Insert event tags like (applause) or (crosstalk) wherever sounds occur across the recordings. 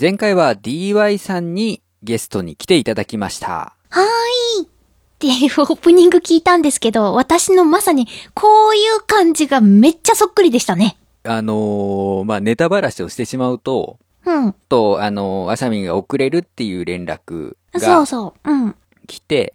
前回は DY さんにゲストに来ていただきました。はーいっていうオープニング聞いたんですけど、私のまさにこういう感じがめっちゃそっくりでしたね。あのーまあ、ネタばらしをしてしまうと、うん。と、あのー、あさみんが遅れるっていう連絡そがうそう。うん。来て、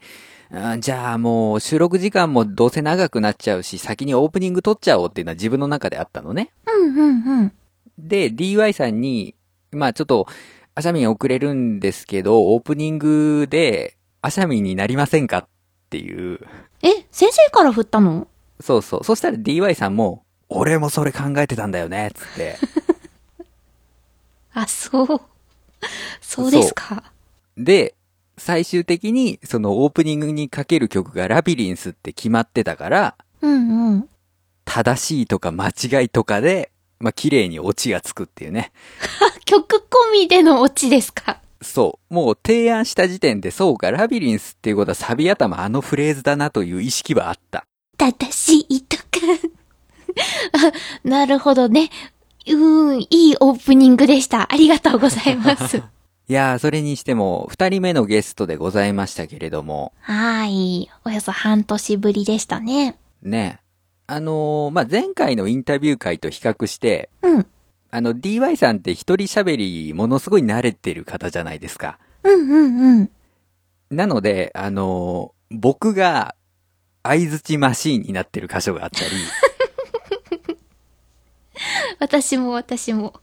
あじゃあもう収録時間もどうせ長くなっちゃうし、先にオープニング撮っちゃおうっていうのは自分の中であったのね。うんうんうん。で、DY さんに、まあちょっと、アシャミン遅れるんですけど、オープニングで、アシャミンになりませんかっていう。え、先生から振ったのそうそう。そしたら DY さんも、俺もそれ考えてたんだよね、つって。あ、そう。そうですか。で、最終的に、そのオープニングにかける曲がラビリンスって決まってたから、うんうん。正しいとか間違いとかで、まあ綺麗にオチがつくっていうね。曲込みでのオチですか。そう。もう提案した時点で、そうか、ラビリンスっていうことはサビ頭あのフレーズだなという意識はあった。正しいとか。あ (laughs) なるほどね。うーん、いいオープニングでした。ありがとうございます。いやー、それにしても、二人目のゲストでございましたけれども、 (laughs) はい。およそ半年ぶりでしたね。ね。あのーまあ、前回のインタビュー会と比較して、うん。あの、DY さんって一人喋り、ものすごい慣れてる方じゃないですか。うんうんうん。なので、あのー僕が、相づちマシーンになってる箇所があったり、私も私も。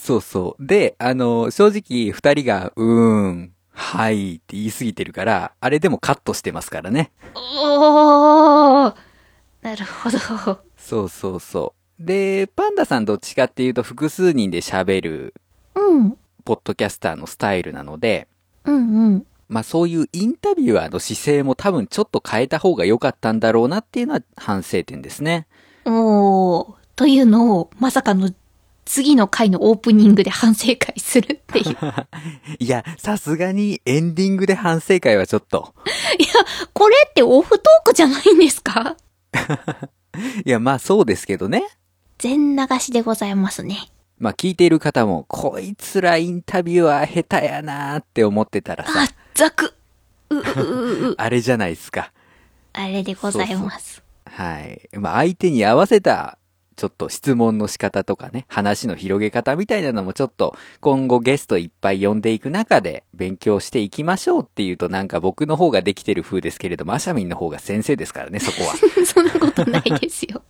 そうそう。で、あのー正直、二人が、うーん、はいって言い過ぎてるから、あれでもカットしてますからね。おーなるほど。そうそうそう。で、パンダさんどっちかっていうと複数人で喋るうん。ポッドキャスターのスタイルなので、うんうん。まあそういうインタビュアーの姿勢も多分ちょっと変えた方が良かったんだろうなっていうのは反省点ですね。おー。というのを、まさかの次の回のオープニングで反省会するって (laughs) いう。いや、さすがにエンディングで反省会はちょっと。これってオフトークじゃないんですかいや、まあそうですけどね。全流しでございますね。まあ聞いている方も、こいつらインタビュアー下手やなーって思ってたらさあ、、ざく。う、う、う、う、あれじゃないですか。あれでございます。はい。まあ、相手に合わせた、ちょっと質問の仕方とかね、話の広げ方みたいなのもちょっと、今後ゲストいっぱい呼んでいく中で勉強していきましょうっていうとなんか僕の方ができてる風ですけれども、アシャミンの方が先生ですからね、そこは。 (laughs) そんなことないですよ。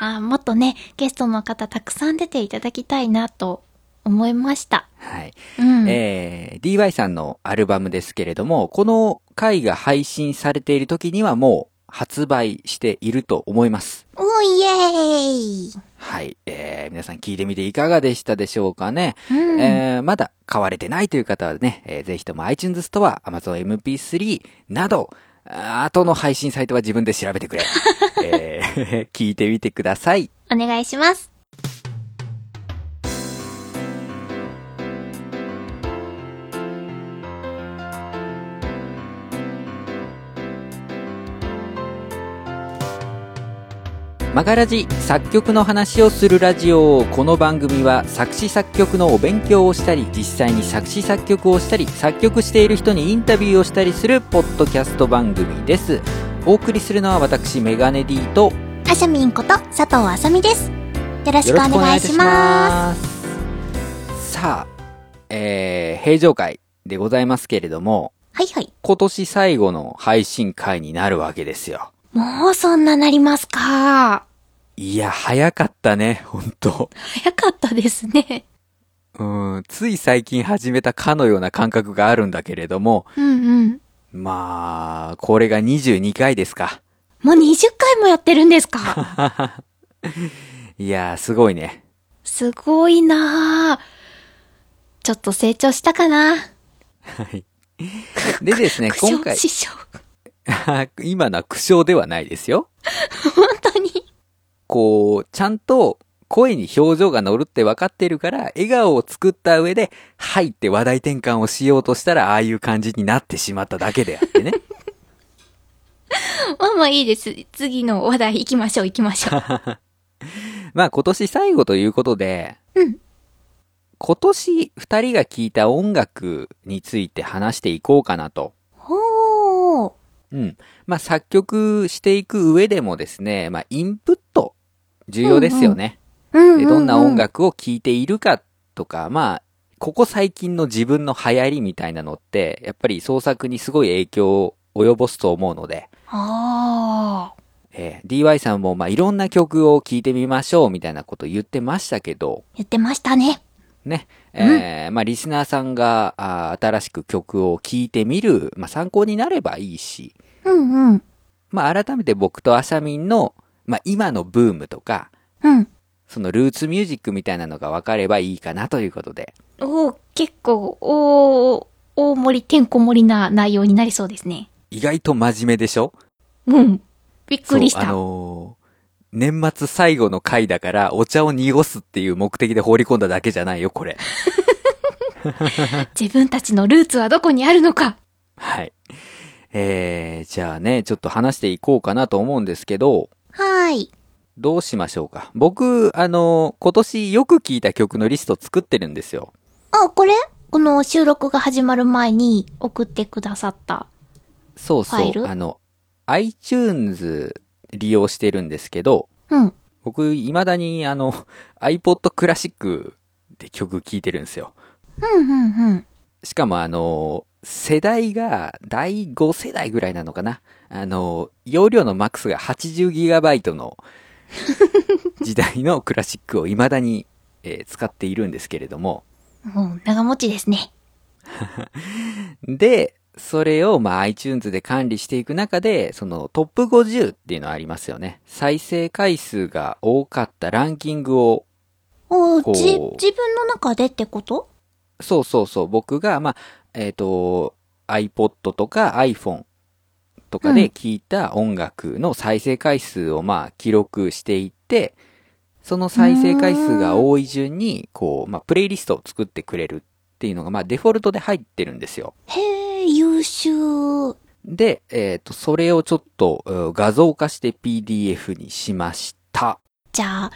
あーもっとね、ゲストの方たくさん出ていただきたいなと思いました。はい。うん。えー、DY さんのアルバムですけれども、この回が配信されている時にはもう発売していると思います。おイエーイ、はい。えー、皆さん聞いてみていかがでしたでしょうかね。うんえーまだ買われてないという方はね、えーぜひとも iTunes ストア、Amazon MP3 など、あ後の配信サイトは自分で調べて (laughs) くれ。えー (laughs) 聞いてみてください。お願いします。マガラジ作曲の話をするラジオこの番組は作詞作曲のお勉強をしたり実際に作詞作曲をしたり作曲している人にインタビューをしたりするポッドキャスト番組ですお送りするのは私メガネ D とあしゃみんこと佐藤あさみです。よろしくお願いします。ます。さあ、えー、平常会でございますけれども、はいはい。今年最後の配信会になるわけですよ。もうそんななりますか。いや、早かったね、ほんと。早かったですね。うん、つい最近始めたかのような感覚があるんだけれども、うんうん。まあ、これが22回ですか。 (laughs) もう20回もやってるんです (laughs) か。いやー、すごいね。すごいなあちょっと成長したかな。はい。でですね、 (laughs) 苦今笑回、師匠。 (laughs) 今のは苦笑ではないですよ。本当に。こう、ちゃんと声に表情が乗るって分かってるから、笑顔を作った上で、はいって話題転換をしようとしたら、ああいう感じになってしまっただけであって (laughs) ね。まあまあいいです。次の話題行きましょう (laughs) 行きましょう。まあ今年最後ということで、うん今年二人が聴いた音楽について話していこうかなと。ほー。うん。まあ、作曲していく上でもですね、まあ、インプット、重要ですよね。うんうん、うでどんな音楽を聴いているかとか、まあ、ここ最近の自分の流行りみたいなのって、やっぱり創作にすごい影響を及ぼすと思うので、あー。えー DY さんも、まあ、いろんな曲を聴いてみましょうみたいなこと言ってましたけど、言ってましたね。ね、えーまあ、リスナーさんが、あー新しく曲を聴いてみる、まあ、参考になればいいし、うんうん。まあ、改めて僕とアシャミンの、まあ、今のブームとか、うん。そのルーツミュージックみたいなのが分かればいいかなということで、おー、結構、おー、大盛り、てんこ盛りな内容になりそうですね。意外と真面目でしょうん。びっくりしそうあた。のー年末最後の回だからお茶を濁すっていう目的で放り込んだだけじゃないよ、これ。自分たちのルーツはどこにあるのか。はい。えー、じゃあね、ちょっと話していこうかなと思うんですけど、はーい。どうしましょうか。僕、あのー今年よく聴いた曲のリスト作ってるんですよ。あ、これこの収録が始まる前に送ってくださった。そうファそイう。ルあの、iTunes 利用してるんですけど、うん。僕、未だにあの、iPod クラシックで曲聴いてるんですよ。うん、うん、うん。しかもあの、世代が第5世代ぐらいなのかな。あの、容量のマックスが 80GB の時代のクラシックを未だに、えー使っているんですけれども。もう、長持ちですね。で、それをまあ iTunes で管理していく中で、そのトップ50っていうのはありますよね。再生回数が多かったランキングをおこうーじ、自分の中でってことそうそうそう、僕が、まあ、えっ、と、iPod とか iPhone とかうんで聞いた音楽の再生回数を、まあ、記録していって、その再生回数が多い順に、こう、まあ、プレイリストを作ってくれるっていうのが、まあ、デフォルトで入ってるんですよ。へえ、優秀。で、えっ、と、それをちょっとうん画像化して PDF にしました。じゃあ、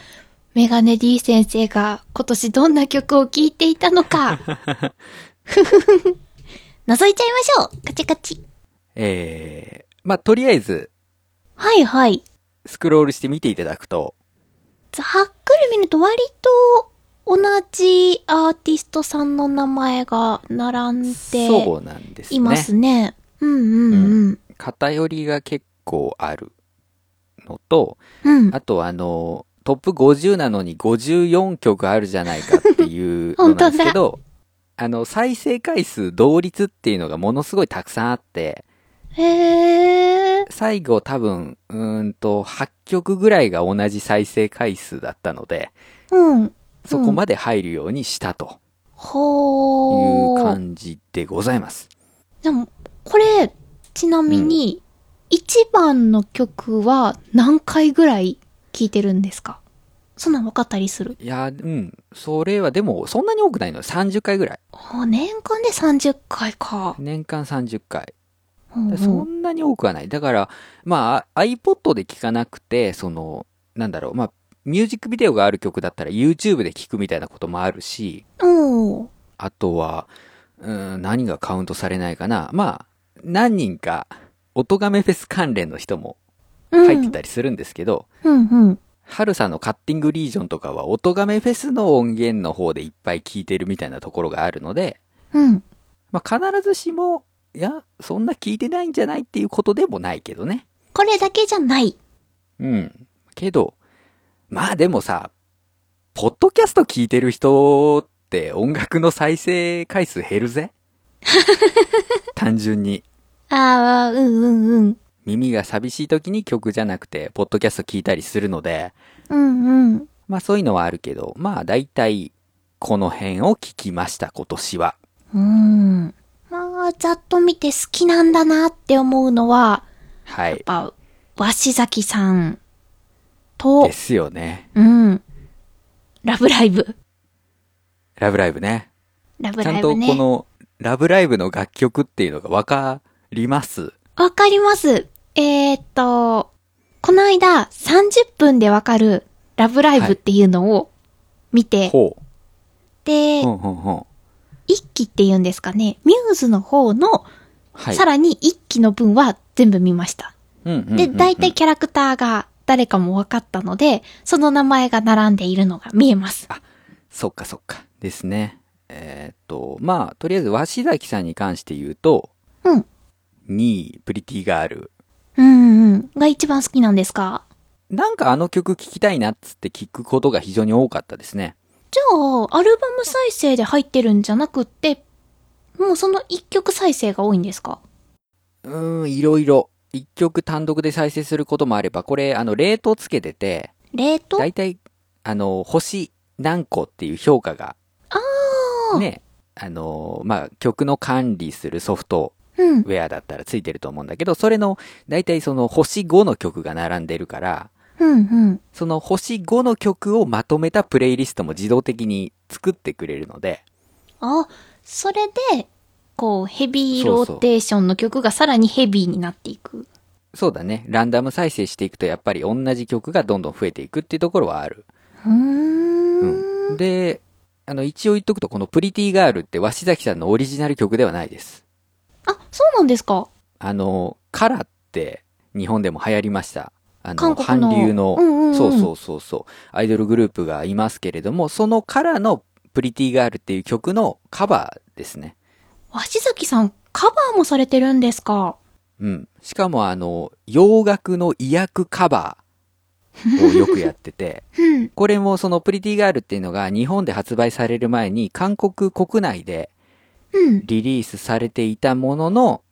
メガネ D 先生が今年どんな曲を聴いていた (laughs) のか。覗いちゃいましょう。カチャカチ。えー、まあ、とりあえず、はいはい。スクロールして見ていただくと、ざっくり見ると割と同じアーティストさんの名前が並んそでうなんですね。いますね。うんうんうん。偏りが結構あるのと、うん。あとあの、トップ50なのに54曲あるじゃないかっていうのなんですけど、あの、再生回数同率っていうのがものすごいたくさんあって、へー。最後多分、うーんと、8曲ぐらいが同じ再生回数だったので、うん。そこまで入るようにしたといほうー。感じでございます。でも、これ、ちなみに、一番の曲は何回ぐらい聴いてるんですかそんなん分かったりする。いや、うん。それはでも、そんなに多くないのよ。30回ぐらい。あ年間で30回か。年間30回。うんうんそんなに多くはない。だから、まあ、iPod で聴かなくて、その、なんだろう、まあ、ミュージックビデオがある曲だったら YouTube で聴くみたいなこともあるし、おーあとは、うーん、何がカウントされないかな。まあ、何人か、おとがめフェス関連の人もうん。入ってたりするんですけど、うんうん。ハルさんのカッティングリージョンとかは、おとがめフェスの音源の方でいっぱい聴いてるみたいなところがあるので、うん。まあ、必ずしも、いや、そんな聴いてないんじゃないっていうことでもないけどね。これだけじゃない。うん。けど、まあでもさ、ポッドキャスト聞いてる人って音楽の再生回数減る (laughs) ぜ。単純に。ああ、うんうんうん。耳が寂しい時に曲じゃなくて、ポッドキャスト聞いたりするので、うんうん。まあそういうのはあるけど、まあ大体、この辺を聞きました、今年は。うん。まあ、ざっと見て好きなんだなって思うのは、はやっい。ぱ、鷲崎さんとで、すよね。うん。ラブライブ。ラブライブね。ラブちゃラんイとブこね。の、ラブライブの楽曲っていうのがわかります。わかります。えー、っと、この間30分でわかるラブライブっていうのを見て、ほう。で、ほんほんほん。一期って言うんですかね、ミューズの方の、はい。さらに一期の分は全部見ました。うんうんうんうんで、大体。キャラクターが誰かも分かったので、その名前が並んでいるのが見えます。そっかそっか。ですね。えーっと、まあ、とりあえず、鷲崎さんに関して言うと、うん。 2位、プリティガール。うんうん。が一番好きなんですかなんかあの曲聴きたいなっつって聴くことが非常に多かったですね。じゃあ、アルバム再生で入ってるんじゃなくって、もうその一曲再生が多いんですかうーん、いろいろ。一曲単独で再生することもあれば、これ、あの、レートをつけてて、冷凍大体、あの、星何個っていう評価が、ーね、あの、まあ、曲の管理するソフトうんウ。ェアだったらついてると思うんだけど、それの、大体その星5の曲が並んでるから、うんうん。その星5の曲をまとめたプレイリストも自動的に作ってくれるので、あ、それで、こう、ヘビーローテーションの曲がさらにヘビーになっていく。そうだね、ランダム再生していくとやっぱり同じ曲がどんどん増えていくっていうところはある。うーん。うん、で、あの、一応言っとくと、このプリティガールって鷲崎さんのオリジナル曲ではないです。あ、そうなんですかあの、カラって日本でも流行りました。あの、韓国の韓流の、うんうんうんそうそうそうそう、アイドルグループがいますけれども、そのカラのプリティガールっていう曲のカバーですね。鷲崎さん、カバーもされてるんですかうん。しかもあの、洋楽の医薬カバーをよくやってて、 (laughs) うん。これもそのプリティガールっていうのが日本で発売される前に韓国国内でうん。リリースされていたものの、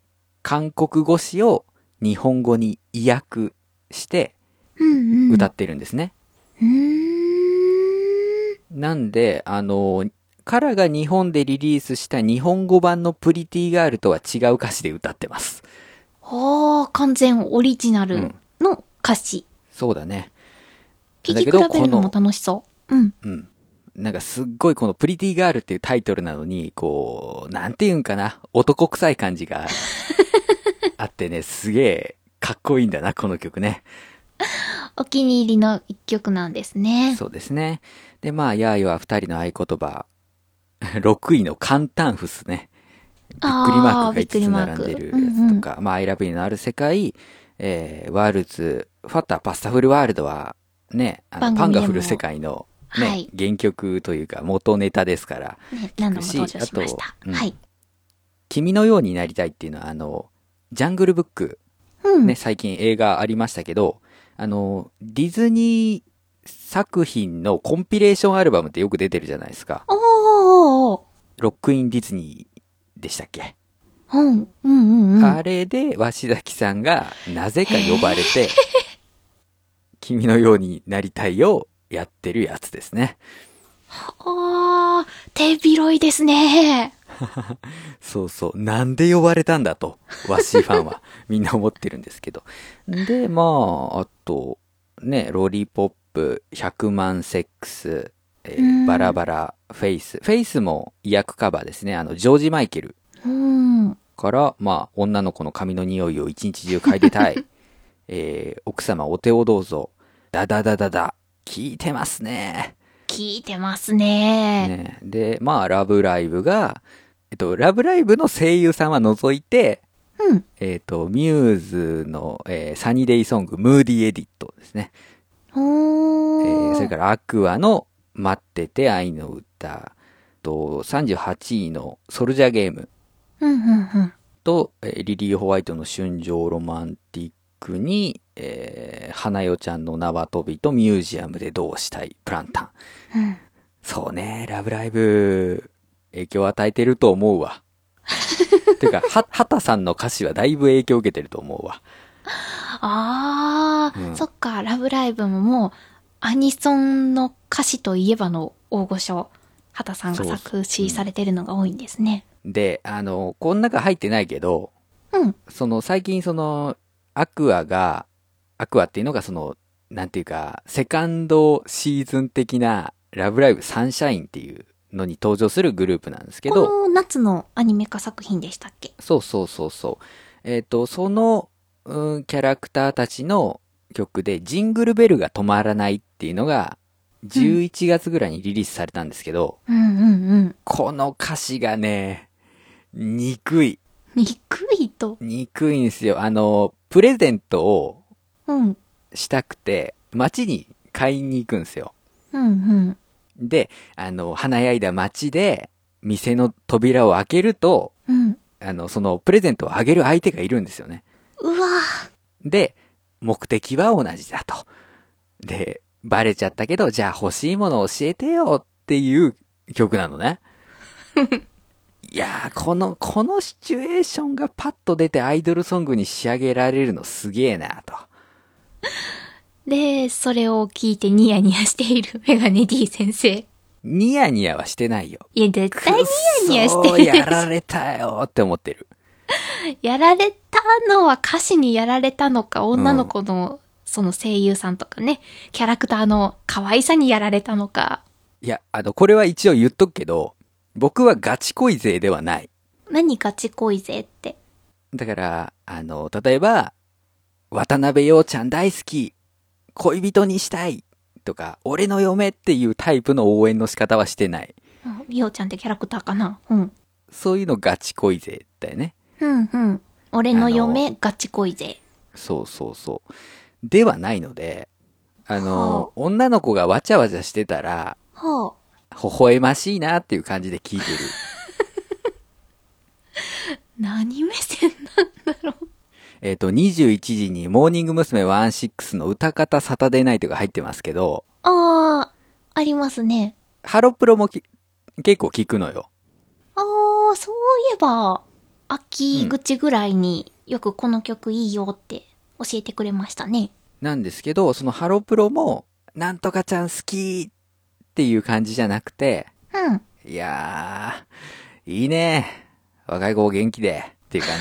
韓国語詞を日本語に意訳してうんうん。歌ってるんですね。うーん。なんで、あの、カラが日本でリリースした日本語版のプリティガールとは違う歌詞で歌ってます。ああ、完全オリジナルの歌詞。そうだね。聴き比べるのも楽しそう。うん。うん。なんかすっごいこのプリティガールっていうタイトルなのに、こう、なんていうんかな、男臭い感じ (laughs) があってね、すげえかっこいいんだな、この曲ね。お気に入りの一曲なんですね。そうですね。で、まあ、やーよは二人の合言葉、6位の簡単フスね。びっくりマークが5つ並んでるあーびっくりマークうんうやんつとか、まあ、I love you のある世界、えー、ワールズ、ファッターパスタフルワールドは、ね、あのパ番ン組でもが降る世界の、ね、はい原曲というか元ネタですから、ね、 (laughs) 何度も登場しましあた。とうんはい。君のようになりたいっていうのは、あの、ジャングルブック、うん。ね、最近映画ありましたけど、あの、ディズニー作品のコンピレーションアルバムってよく出てるじゃないですか。おーおーロックインディズニーでしたっけ、おーうん、うん、うん、うん。あれで、鷲崎さんがなぜか呼ばれ (laughs) て、君のようになりたいをやってるやつですね。あー、手広いですね。そうそう。なんで呼ばれたんだと、ワッシーファ (laughs) ンはみんな思ってるんですけど。で、まあ、あと、ね、ロリポップ、100万セックス、えーうんバラバラ、フェイス。フェイスも医薬カバーですね。あの、ジョージ・マイケルうん。から、まあ、女の子の髪の匂いを一日中嗅いでた (laughs) い。えー奥様お手をどうぞ。ダダダダダ。聞いてますね。聞いてますね。ね、で、まあ、ラブライブが、えっと、ラブライブの声優さんは除いて、うん。えっと、ミューズの、えーサニーデイソング、ムーディエディットですね。えおー。ーそれから、アクアの、待ってて愛の歌、と、38位の、ソルジャーゲームうん、うん、うん。と、えーリリー・ホワイトの春情ロマンティックに、えー花代ちゃんの縄跳びとミュージアムでどうしたい、プランタン。うんそうね、ラブライブ、影響を与えてると思うわ。 (laughs) てか、は、はたさんの歌詞はだいぶ影響を受けてると思うわ。あー、うんそっか、ラブライブももう、アニソンの歌詞といえばの大御所、畑さんそがう作詞されてるのが多いんですね。で、あの、こん中入ってないけど、うん。その最近その、アクアが、アクアっていうのがその、なんていうか、セカンドシーズン的な、ラブライブサンシャインっていうのに登場するグループなんですけど、この夏のアニメ化作品でしたっけそうそうそうそう。えっ、と、その、うん、キャラクターたちの曲で、ジングルベルが止まらないっていうのが、 11月ぐらいにリリースされたんですけど、うんうんうん。この歌詞がね、憎い。憎いと。憎いんですよ。あの、プレゼントをうん。したくて、街に買いに行くんですよ。うんうん。で、あの、華やいだ街で、店の扉を開けると、うん。あの、そのプレゼントをあげる相手がいるんですよね。うわで、目的は同じだと。で、バレちゃったけど、じゃあ欲しいもの教えてよっていう曲なのね。いやー、この、このシチュエーションがパッと出てアイドルソングに仕上げられるのすげえなと。で、それを聞いてニヤニヤしているメガネ D 先生。ニヤニヤはしてないよ。いや、絶対ニヤニヤしてくっそーるでしょやられたよって思ってる。やられたのは歌詞にやられたのか、女の子の、その声優さんとかね、キャラクターの可愛さにやられたのか。いや、あの、これは一応言っとくけど、僕はガチ恋勢ではない。何かちこいぜって。だから、あの、例えば、渡辺陽ちゃん大好き、恋人にしたい、とか、俺の嫁っていうタイプの応援の仕方はしてない。うんみおちゃんってキャラクターかなうん。そういうのガチ恋勢だよね。うんうん。俺あのの嫁、ガチ恋ぜ。そうそうそう。ではないので、あの、女の子がわちゃわちゃしてたら、は微笑ましいなっていう感じで聞いてる。あ。何目線えっと、21時にモーニング娘。16の歌方サタデーナイトが入ってますけど、ああ、ありますね。ハロプロもき結構聞くのよ。ああ、そういえば、秋口ぐらいによくこの曲いいよって教えてくれましたね。なんですけど、そのハロプロも、なんとかちゃん好きっていう感じじゃなくて、うん。いやー、いいね。若い子元気で。っていう感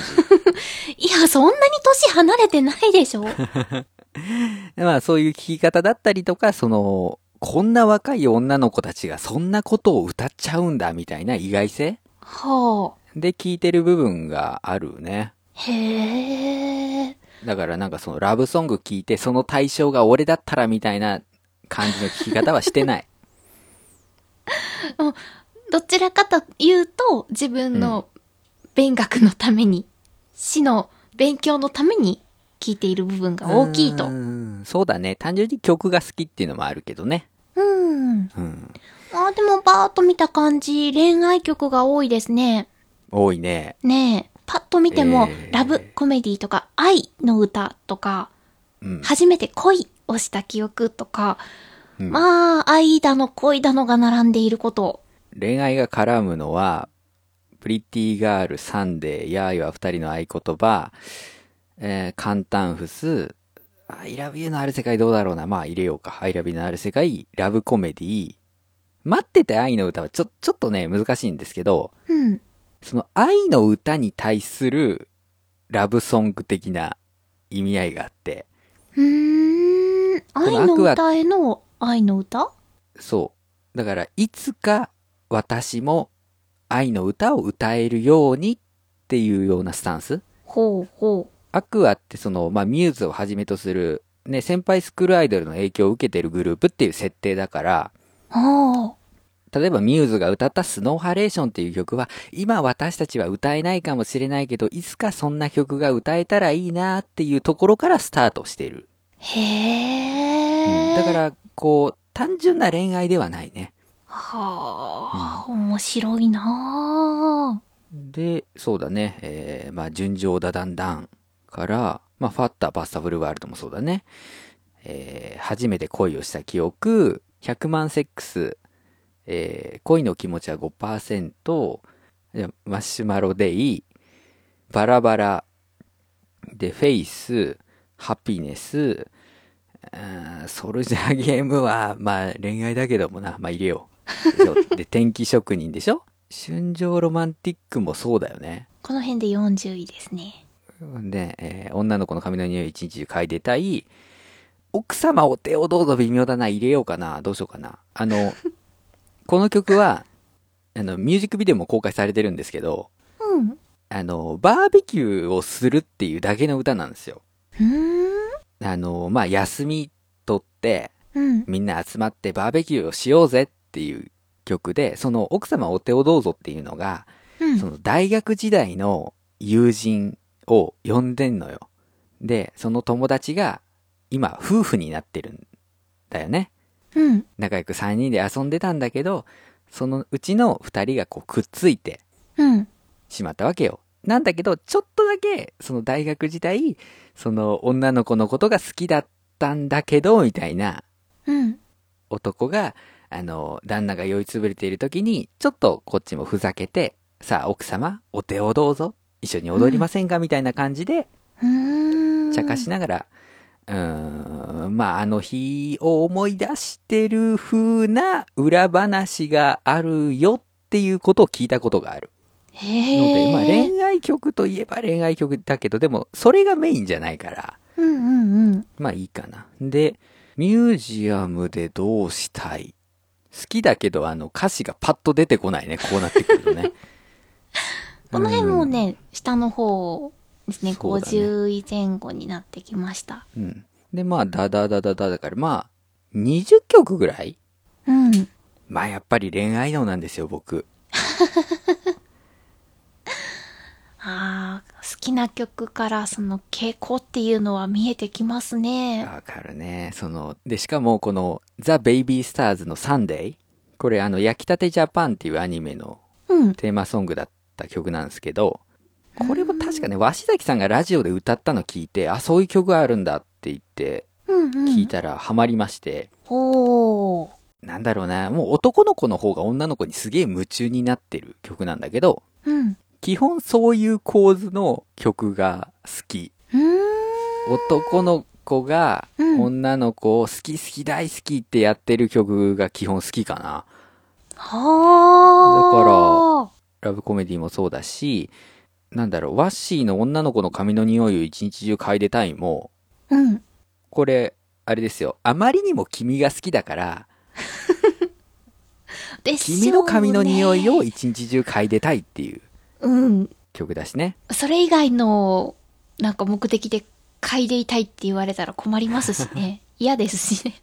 いや、そんなに年離れてないで (laughs) しょじ。まあそういう聞き方だったりとか、その、こんな若い女の子たちがそんなことを歌っちゃうんだみたいな意外性はあ。で聞いてる部分があるね。へえ。だからなんかそのラブソング聞いてその対象が俺だったらみたいな感じの聞き方はしてない。どちらかというと、自分の勉学のために、死の勉強のために聞いている部分が (laughs) 大きいと。う。うんそうだね。単純に曲が好きっていうのもあるけどね。ん。うん。あーでもバーっと見た感じ、恋愛曲が多いですね。多いね。ねえ。パッと見ても、えーラブコメディとか、愛の歌とか、うん。初めて恋をした記憶とか、うんまあ、愛だの恋だのが並んでいること。恋愛が絡むのは、プリティガール、サンデー、やーいは二人の合言葉、えー、簡単フス、アイラブユーのある世界どうだろうな。まあ入れようか。アイラブユーのある世界、ラブコメディ、待ってて愛の歌はちょ、ちょっとね、難しいんですけど、うん。その愛の歌に対するラブソング的な意味合いがあって、うーん。愛の歌への愛の歌そう。だから、いつか私も愛の歌を歌えるようにっていうようなスタンス。ほうほアクアってその、まあ、ミューズをはじめとする、ね、先輩スクールアイドルの影響を受けてるグループっていう設定だから、う。は例えばミューズが歌ったスノーハレーションっていう曲は、今私たちは歌えないかもしれないけど、いつかそんな曲が歌えたらいいなっていうところからスタートしている。あ。へえ。だか。ら、こう、単純な恋愛ではないね。はあ、面白いなあ。で、そうだね、えー、まあ、純情だだんだんから、まあ、ファッターバッサブルワールドもそうだね。えー、初めて恋をした記憶、100万セックス、えー、恋の気持ちは5%、でマシュマロデイ、バラバラ、で、フェイス、ハピネス、うんソルジャーゲームは、まあ恋愛だけどもな、まあ入れよう。そうで、天気職人でしょ春情ロマンティックもそうだよね。この辺で40位ですね。で、えー女の子の髪の匂いを一日中嗅いでたい、奥様お手をどうぞ微妙だな、入れようかな、どうしようかな。あの、この曲は、あの、ミュージックビデオも公開されてるんですけど、うん。うあの、バーベキューをするっていうだけの歌なんですよ。ーん。あの、まあ、休み取って、うん。みんな集まってバーベキューをしようぜっていう曲で、その奥様お手をどうぞっていうのが、うんそ。の大学時代の友人を呼んでんのよ。で、その友達が今夫婦になってるんだよね。うん。仲良く3人で遊んでたんだけど、そのうちの2人がこうくっついてうん。しまったわけよ。なんだけど、ちょっとだけ、その大学時代、その女の子のことが好きだったんだけど、みたいなうん。男が、あの、旦那が酔いつぶれている時に、ちょっとこっちもふざけて、さあ奥様、お手をどうぞ、一緒に踊りませんか、みたいな感じで、うーん。茶化しながら、うーん、まあ、あの日を思い出してる風な裏話があるよっていうことを聞いたことがある。のへで、え。まあ、恋愛曲といえば恋愛曲だけど、でも、それがメインじゃないから、うんうんうん。まあいいかな。で、ミュージアムでどうしたい好きだけど、あの、歌詞がパッと出てこないね。こうなってくるとね。この辺もうん、ね、下の方ですね、そうだね50位前後になってきました。うん。で、まあ、ダダダダダだから、まあ、20曲ぐらいうん。まあ、やっぱり恋愛能なんですよ、僕。ああ、好きな曲からその傾向っていうのは見えてきますね。わかるね。その、で、しかも、この、ザ・ベイビー・スターズのサンデー。これ、あの、焼きたてジャパンっていうアニメのうん。テーマソングだった曲なんですけど、これも確かね、鷲崎さんがラジオで歌ったの聞いて、あ、そういう曲があるんだって言って、うんうん。聞いたらハマりまして、おー。なんだろうな、もう男の子の方が女の子にすげえ夢中になってる曲なんだけど、うん。基本そういう構図の曲が好き。うーん。男の子がうん女の子を好き好き大好きってやってる曲が基本好きかな。はラブコメディもそうだし、なんだろう、ワッシーの女の子の髪の匂いを一日中嗅いでたいも、だから。うん。これ、あれですよ。あまりにも君が好きだから、でしょうね君の髪の匂いを。一日中嗅いでたいっていううん。曲だしね。それ以外の、なんか目的で嗅いでいたいって言われたら困りますし (laughs) ね。嫌ですしね。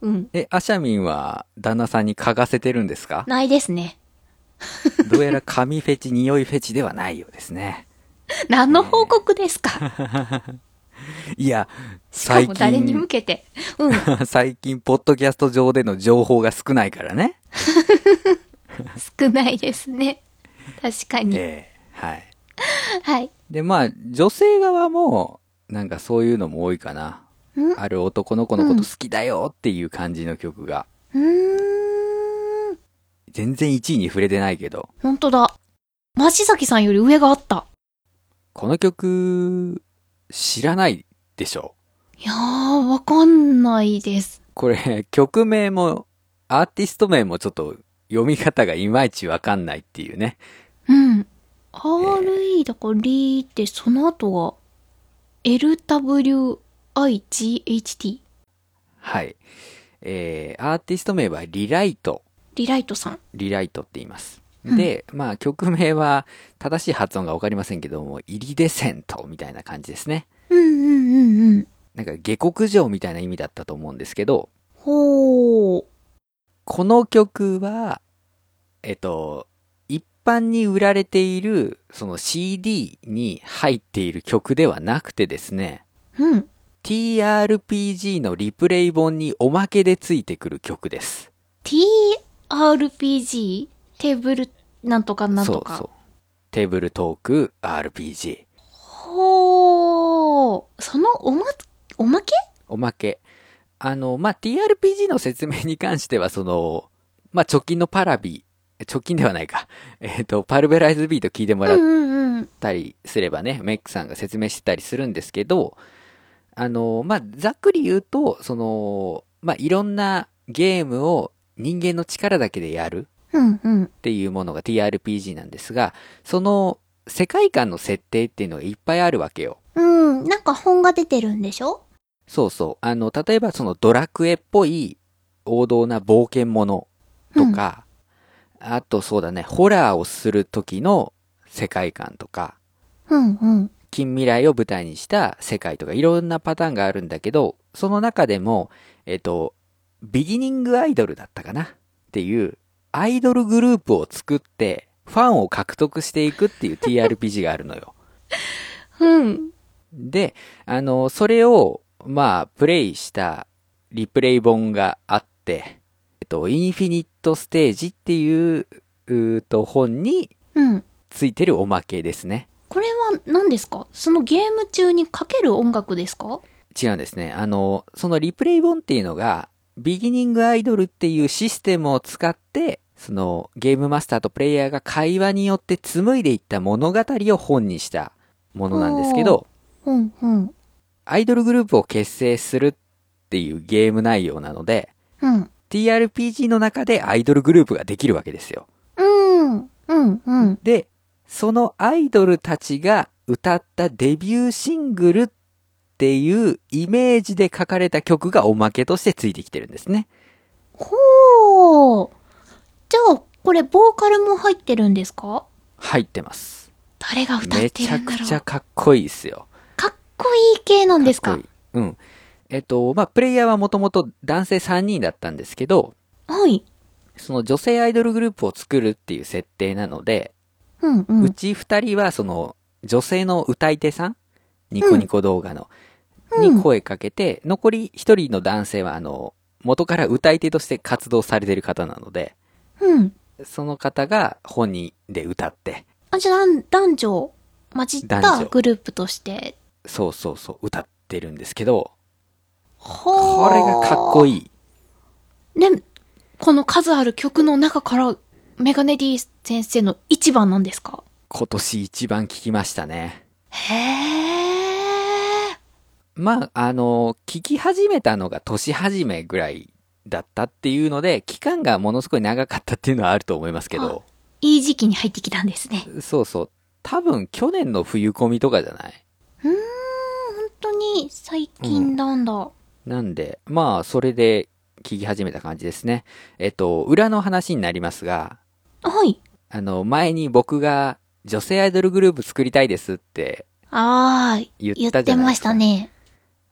うん。え、アシャミンは旦那さんに嗅がせてるんです (laughs) かないですね。どうやら髪フェチ、匂いフェチではないようですね。何の報告ですかいや、しか最も誰に近、向けて。うん。 (laughs) 最近、ポッドキャスト上での情報が少ないからね。少ないですね。確かに。ええはい。はい。で、まあ、女性側も、なんかそういうのも多いかな。んある男の子のこと好きだよっていう感じの曲が。うーん。全然1位に触れてないけど、本当だ。町崎さんより上があった。この曲、知らないでしょ。いやー、わかんないです。これ、曲名も、アーティスト名もちょっと、読み方がいまいちわかんないっていうね。うん。RE だからリーってその後は LWIGHT。はい。えー、アーティスト名はリライト、リライトさん。リライトって言います。で、まあ曲名は正しい発音がわかりませんけども、イリデセントみたいな感じですね。うんうんうんうん。なんか下克上みたいな意味だったと思うんですけど、ほー。この曲は、えっと、一般に売られている、その CD に入っている曲ではなくてですね、うん。 TRPG のリプレイ本におまけでついてくる曲です。 TRPG? テーブルなんとかなんそとうか。そう。テーブルトーク RPG。ほー。そのおま、おまけおまけ。あの、まあ、TRPG の説明に関しては、その、まあ、貯金のパラビ、貯金ではないか。 (laughs) えっ、と、パルベライズビート聞いてもらっうんうんうん。たりすればね、メックさんが説明してたりするんですけど、あの、まあ、ざっくり言うと、その、まあ、いろんなゲームを人間の力だけでやるうんうんっ。ていうものが TRPG なんですが、その世界観の設定っていうのがいっぱいあるわけよ。うん。なんか本が出てるんでしょそうそう。あの、例えばそのドラクエっぽい王道な冒険ものとか、あとそうだね、ホラーをする時の世界観とか、うんうん。近未来を舞台にした世界とかいろんなパターンがあるんだけど、その中でも、えっと、ビギニングアイドルだったかなっていう、アイドルグループを作って、ファンを獲得していくっていう TRPG があるのよ。うん。で、あの、それを、まあ、プレイしたリプレイ本があって、えっと、インフィニットステージっていう、うーと、本にうん。ついてるおまけですね。これは何ですかそのゲーム中にかける音楽ですか違うんですね。あの、そのリプレイ本っていうのが、ビギニングアイドルっていうシステムを使って、そのゲームマスターとプレイヤーが会話によって紡いでいった物語を本にしたものなんですけど、うん、うん。アイドルグループを結成するっていうゲーム内容なので、うん。 TRPG の中でアイドルグループができるわけですよ。うん。うん、うん。で、そのアイドルたちが歌ったデビューシングルっていうイメージで書かれた曲がおまけとしてついてきてるんですね。ほー。じゃあ、これ、ボーカルも入ってるんですか入ってます。誰が歌っめていちるゃんだくろうちゃかっこいいですよ。かっこいい系なんですかかっこいいうん。えっと、まあ、プレイヤーはもともと男性3人だったんですけど、はい。その女性アイドルグループを作るっていう設定なので、うん、う。うんち2人はその女性の歌い手さんニコニコ動画の、うんに声かけて、残り1人の男性はあの、元から歌い手として活動されてる方なので、うん。その方が本人で歌って、あ、じゃあ、男男女を混じった男女グループとして。そうそうそう、歌ってるんですけど、ほこー。れがかっこいい。いい。ね、この数ある曲の中から、メガネディ先生の一番なんですか今年一番聞きましたね。へー。まあ、あの、聞き始めたのが年始めぐらいだったっていうので、期間がものすごい長かったっていうのはあると思いますけど、いい時期に入ってきたんですね。そうそう。多分去年の冬込みとかじゃない本当に最近なんだ。なんで、まあ、それで聞き始めた感じですね。えっと、裏の話になりますが、はい。あの、前に僕が女性アイドルグループ作りたいですって、ああ、言言っったじゃてないまでしすかたね。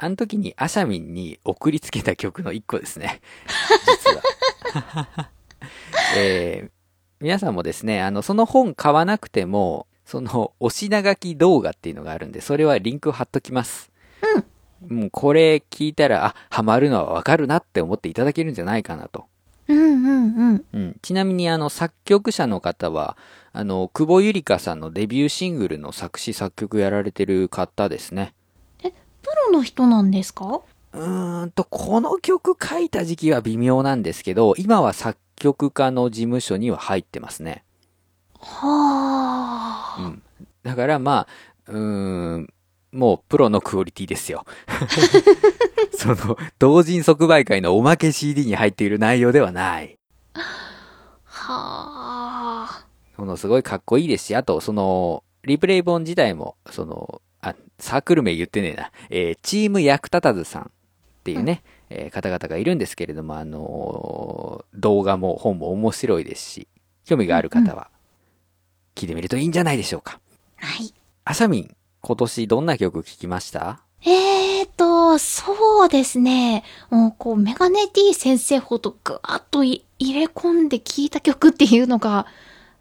あの時にアシャミンに送りつけた曲の一個です (laughs) ね。実は。えー皆さんもですね、あの、その本買わなくても、その、お品書き動画っていうのがあるんで、それはリンク貼っときます。うん。もうこれ聞いたら、あ、ハマるのはわかるなって思っていただけるんじゃないかなと。うんうんうん。うん、ちなみにあの作曲者の方はあの久保ゆりかさんのデビューシングルの作詞作曲やられてる方ですねプロの人なんですかうーんとこの曲書いた時期は微妙なんですけど今は作曲家の事務所には入ってますねはあ。だからまあうーんもうプロのクオリティですよ (laughs) その同人即売会のおまけ CD に入っている内容ではないはあ。ものすごいかっこいいですし、あと、その、リプレイ本自体も、その、あ、サークル名言ってねえな、えーチーム役立たずさんっていうね、えー方々がいるんですけれども、あのー動画も本も面白いですし、興味がある方は、聞いてみるといいんじゃないでしょうか。はい。あさみん、今年どんな曲聴きましたえーと、そうですね。もうこう、メガネ D 先生ほどぐわーっとい入れ込んで聴いた曲っていうのが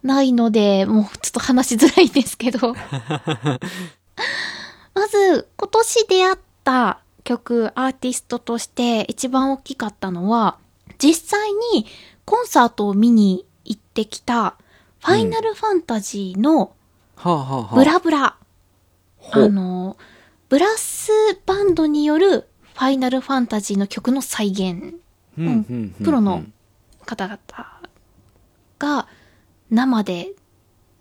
ないので、もうちょっと話しづらいんですけど。 (laughs) まず、今年出会った曲、アーティストとして一番大きかったのは、実際にコンサートを見に行ってきた、ファイナルファンタジーのはあ、はあはブラブラ。ほあう。の、ブラスバンドによるファイナルファンタジーの曲の再現うんうんうんうんプロの方々が生で、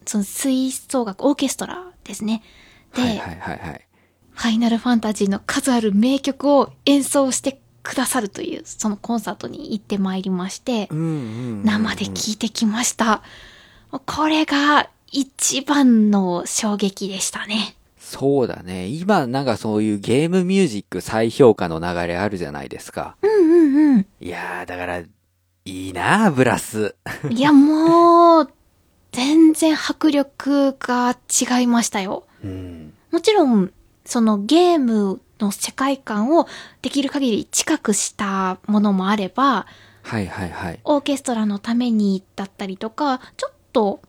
その吹奏楽、オーケストラですね。で、はいはいはいはい。ファイナルファンタジーの数ある名曲を演奏してくださるという、そのコンサートに行ってまいりまして、うんうんうんうん生で聴いてきました。これが一番の衝撃でしたね。そうだね。今、なんかそういうゲームミュージック再評価の流れあるじゃないですか。うんうんうん。いやー、だから、いいなあブラス。いや、もう、全然迫力が違いましたよ。うん。もちろん、そのゲームの世界観をできる限り近くしたものもあれば、はいはいはい。オーケストラのためにだったりとか、ちょっと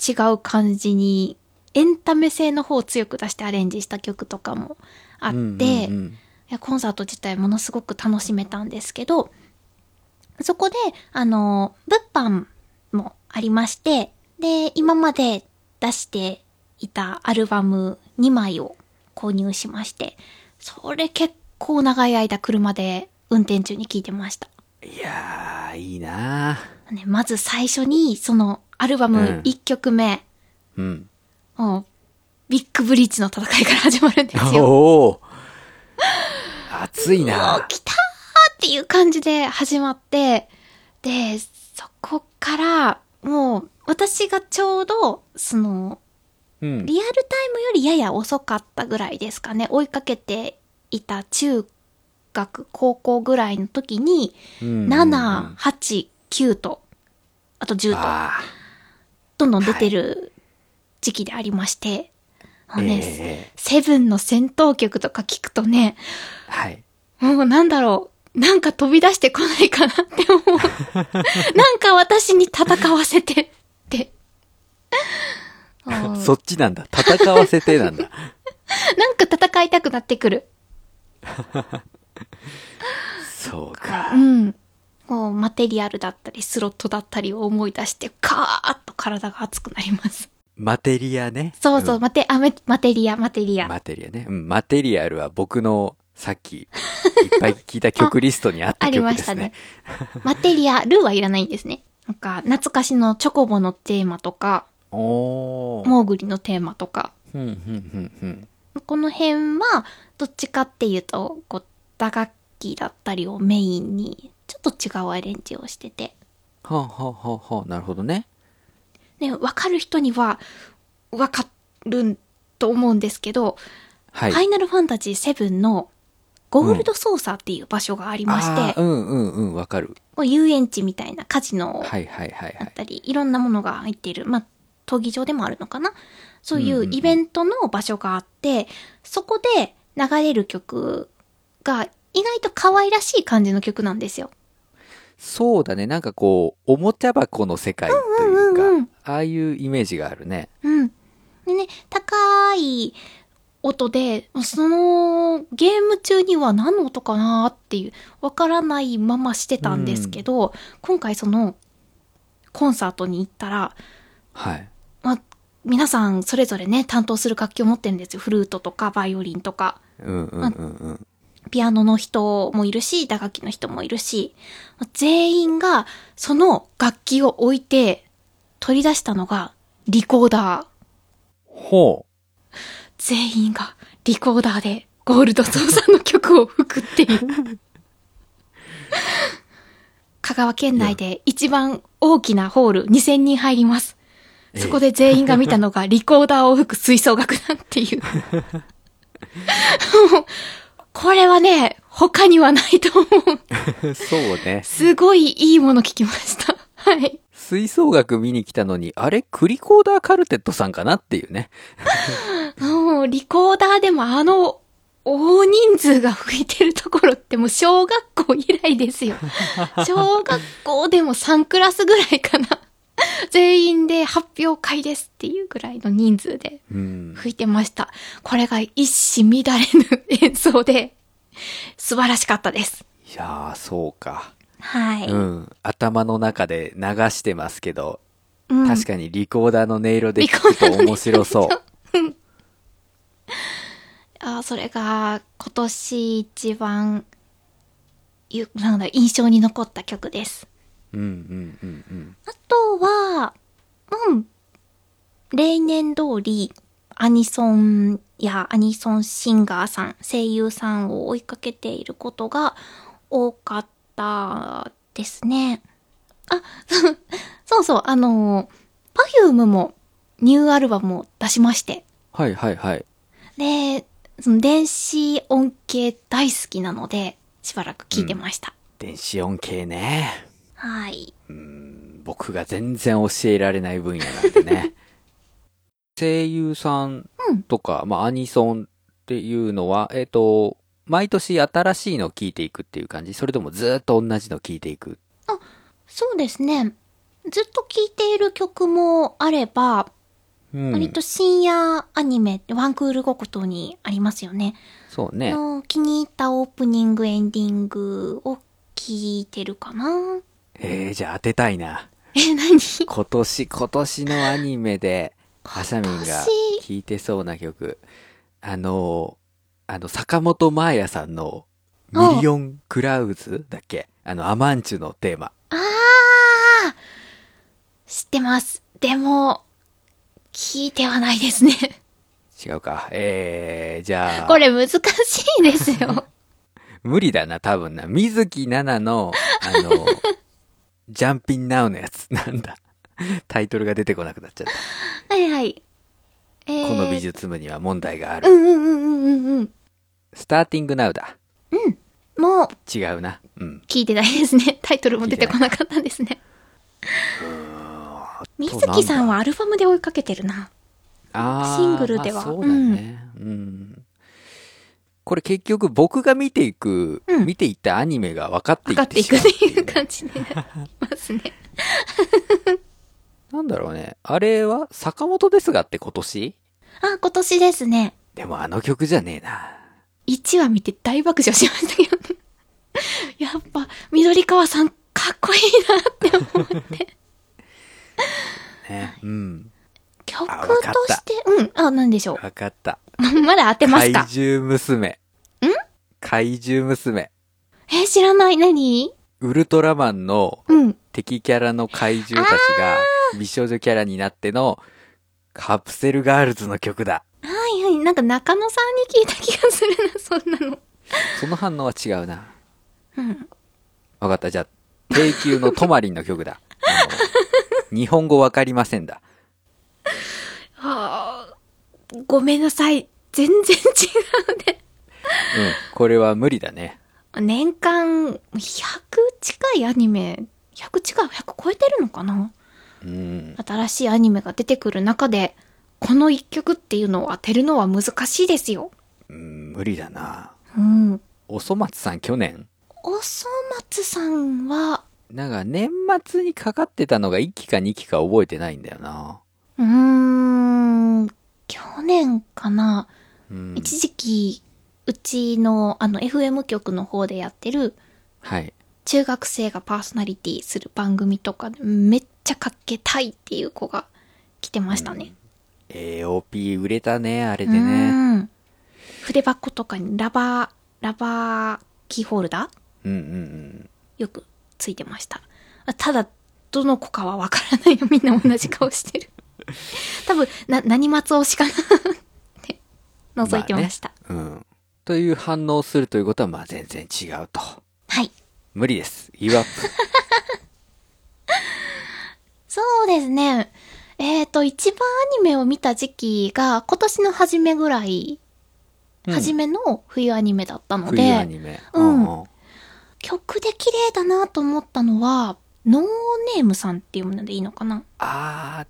違う感じに、エンタメ性の方を強く出してアレンジした曲とかもあって、うんうんうんいやコンサート自体ものすごく楽しめたんですけど、そこで、あの、物販もありまして、で、今まで出していたアルバム2枚を購入しまして、それ結構長い間車で運転中に聴いてました。いやー、いいなね、まず最初に、そのアルバムうん1曲目、ー。うん。もうビッグブリッジの戦いから始まるんです (laughs) よ。おお熱いな来たーっていう感じで始まって、で、そこから、もう、私がちょうど、その、うん。リアルタイムよりやや遅かったぐらいですかね、追いかけていた中学、高校ぐらいの時に、7、8、9と、あと10と、あどんどん出てる時期でありまして、あ。もうねえセブンの戦闘曲とか聞くとね、えはい。もうなんだろう、なんか飛び出してこないかなって思う。なんか私に戦わせてって。うんそっちなんだ。戦わせてなんだ。なんか戦いたくなってくる。そうか。うん。こう、マテリアルだったり、スロットだったりを思い出して、カーッと体が熱くなります。マテリアね。そうそう、んマテ、あ、めマテリア、マテリア。マテリアね。うん、マテリアルは僕のさっき、いっぱい聴いた曲リストにあっ (laughs) あたり曲までしたすねね。。マテリア、ルーはいらないんですね。なんか、懐かしのチョコボのテーマとか、おー。モーグリのテーマとか、うん、うん、うん、うん。この辺は、どっちかっていうと、こう、打楽器だったりをメインに、ちょっと違うアレンジをしてて。はあ、はあはあはあ、なるほどね。ね、わかる人には、わかると思うんですけど、はい。ファイナルファンタジー7の、ゴールドソーサーっていう場所がありまして、あーうん、うん、うん、わかる。こう遊園地みたいなカジノをはい、はい、はい、はだっい。たり、いろんなものが入っている、まあ、闘技場でもあるのかなそういんううんうんうイベントの場所があって、そこで流れる曲が意外と可愛らしい感じの曲なんですよ。そうだね。なんかこう、おもちゃ箱の世界というか、うんうんうんああいうイメージがあるね。うん。でね、高い音で、そのゲーム中には何の音かなっていう、わからないまましてたんですけど、今回そのコンサートに行ったら、はい。まあ、皆さんそれぞれね、担当する楽器を持ってるんですよ。フルートとか、バイオリンとか、うん、うん、うん、うん。ピアノの人もいるし、打楽器の人もいるし、全員がその楽器を置いて取り出したのがリコーダー。ほう。全員がリコーダーでゴールドソーさんの曲を吹くっていう。香川県内で一番大きなホール2000人入ります。ええそこで全員が見たのがリコーダーを吹く吹奏楽団っていう。もうこれはね、他にはないと思う。そう (laughs) ね。すごいいいもの聞きました。はい。吹奏楽見に来たのに、あれクリコーダーカルテットさんかなっていうね。もう、リコーダーでもあの、大人数が吹いてるところってもう小学校以来で (laughs) すよ。小学校でも3クラスぐらいかな。 (laughs) 全員で発表会ですっていうぐらいの人数でうん。吹いてました。これが一糸乱れぬ演奏で、素晴らしかったです。いやー、そうか。はい。うん。頭の中で流してますけど、うん確かにリコーダーの音色でリ聞コくーダーとの音面白そう。あーそれが今年一番、ゆなんだ、印象に残った曲です。うんうんうんうん。あとは、うん、例年通り、アニソンやアニソンシンガーさん、声優さんを追いかけていることが多かったですね。あ、 (laughs) そうそうそう、あの、パフュームもニューアルバムを出しまして。はいはいはい。で、その電子音系大好きなので、しばらく聞いてました。電子音系ね。はい。僕が全然教えられない分野なんで (laughs) ね。声優さんとか、まあ、アニソンっていうのは、えっ、と、毎年新しいのを聞いていくっていう感じそれともずーっと同じのを聞いていくそうですね。ずっと聴いている曲もあれば、うん割と深夜アニメってワンクールごとにありますよね。そうねの気に入ったオープニング、エンディングを聴いてるかな。 (laughs) えー、じゃあ当てたいなえ、何 (laughs) 今年今年のアニメでハサミンが聴いてそうな曲あのあの坂本真綾さんの「ミリオン・クラウズ」だっけあの「アマンチュ」のテーマああ知ってます。でも、聞いてはないですね。違うかえー、じゃあこれ難しいです (laughs) よ。無理だな多分な水木奈々のあ (laughs) のジャンピンナウのやつなんだタイトルが出てこなくなっちゃったはいはい。えーこの美術部には問題があうるんうんうんうんうんうん。スターティングナウだもう、違うなうん聞いてないですね。 (laughs) タイトルも出てこなかったですね。水木さんはアルバムで追いかけてるな。あーシングルではまあそうだね。うん。これ結局僕が見ていく、うん見ていったアニメが分かって分いかっってていしくまっうってていいううね感じになりますね。なんだろうね。あれは坂本ですがって今年あ、今年ですね。でもあの曲じゃねえな。 1話見て大爆笑しましたけどね。 (laughs) やっぱ、緑川さん、かっこいいなって思う。ね。うん。曲あわかったとして、うん、あ、なんでしょ分かった。う。 (laughs) まだ当てま怪すか獣娘。怪獣娘。え、知らない、何ウルトラマンのうん。敵キャラの怪獣たちが美少女キャラになってのカプセルガールズの曲だ。はいはい、なんか中野さんに聞いた気がするな、そんなの。その反応は違うな。うん。わかった。じゃあ、定休のトマリンの (laughs) 曲だ。あの日本語わかりませんだ。あーごめんなさい。全然違うね。うん。これは無理だね。年間100近いアニメ、100近い、100超えてるのかなうん。新しいアニメが出てくる中で、この一曲っていうのを当てるのは難しいですよ。うん、無理だな。うん。おそ松さん去年おそ松さんは、なんか年末にかかってたのが1期か2期か覚えてないんだよな。うーん、去年かな。うん。一時期、うちのあの FM 局の方でやってる、はい。中学生がパーソナリティする番組とかで、めっちゃかけたいっていう子が来てましたね。 AOP 売れたね、あれでうね。ん筆箱とかにラバー、ラバーキーホルダーうんうんうん。よくついてました。あただ、どの子かはわからないよ。みんな同じ顔してる。多分、な、何松推しかなって、覗いてました。あねうん。という反応をするということは、まあ全然違うと。はい。無理です。ギブアップ。そうですね。えっ、と、一番アニメを見た時期が今年の初めぐらうい、ん初めの冬アニメだったの冬アで、ニメ。うんうんうん曲で綺麗だなと思ったのは、ノーネームさんっていうものでいいのかなあ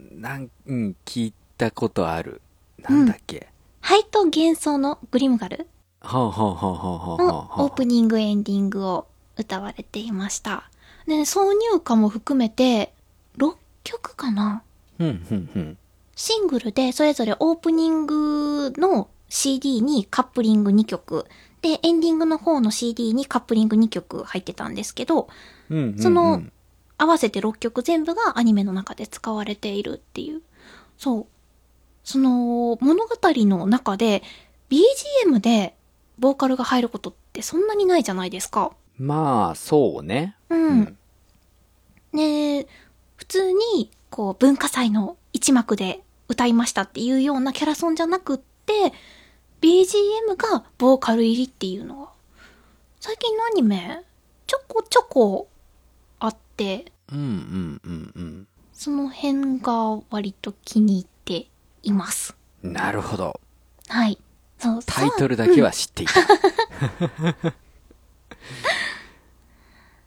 ー、なん、うん、聞いたことある。なんだっけ。灰と幻想のグリムガルほうほうほうほうほうほうのほう。オープニングエンディングを歌われていました。で、挿入歌も含めて、6曲かなうん、うん、うん。シングルでそれぞれオープニングの CD にカップリング2曲、で、エンディングの方の CD にカップリング2曲入ってたんですけど、うんうんうん、その合わせて6曲全部がアニメの中で使われているっていう。そう。その物語の中で BGM でボーカルが入ることってそんなにないじゃないですか。まあ、そうね。うん。うんね普通にこう文化祭の一幕で歌いましたっていうようなキャラソンじゃなくって BGM がボーカル入りっていうのが最近のアニメちょこちょこあってうん、うん、うん、その辺が割と気に入っています。うん。なるほど。はい。そうタイトルだけは知っていた。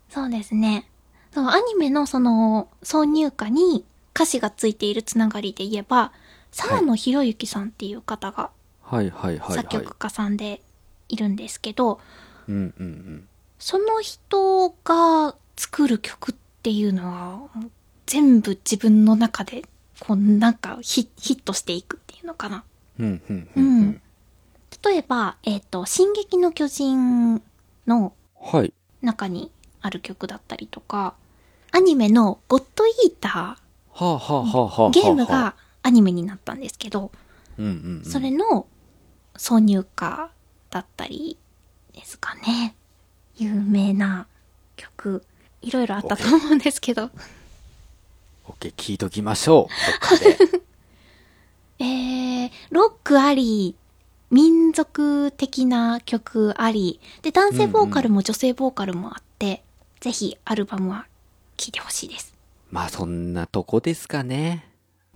そうですね。そう、アニメのその、挿入歌に歌詞がついているつながりで言えば、沢野博之さんっていう方が (laughs) はい、はい、はい、はい。作曲家さんで、いるんですけど、うんうんうん。その人が作る曲っていうのは、全部自分の中で、こう、なんかヒヒットしていくっていうのかな。うんうんうんううんん。例えば、えっ、と、進撃の巨人のはい。中にある曲だったりとか、アニメのゴッドイータはあはあはあはあはあ。ー、ゲームがアニメになったんですけど、うんうんうん。それの挿入歌だったりですかね。有名な曲、いろいろあったと思うんですけど。オッケー、聞いときましょう。ど (laughs) っかで。えー、ロックあり、民族的な曲あり、で、男性ボーカルも女性ボーカルもあって、ぜひアルバムは聴いてほしいです。まあそんなとこですかね。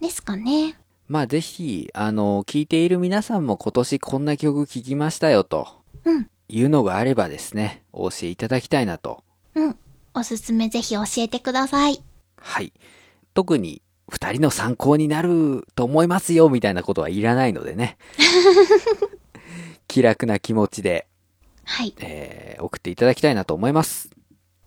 ですかね。まあぜひ、あの、聞いている皆さんも今年こんな曲聴きましたよと。うんいうのがあればですね、お教えいただきたいなと。うん。おすすめぜひ教えてください。はい。特に、二人の参考になると思いますよ、みたいなことはいらないので (laughs) ね。気楽な気持ちで、はい。えー送っていただきたいなと思います。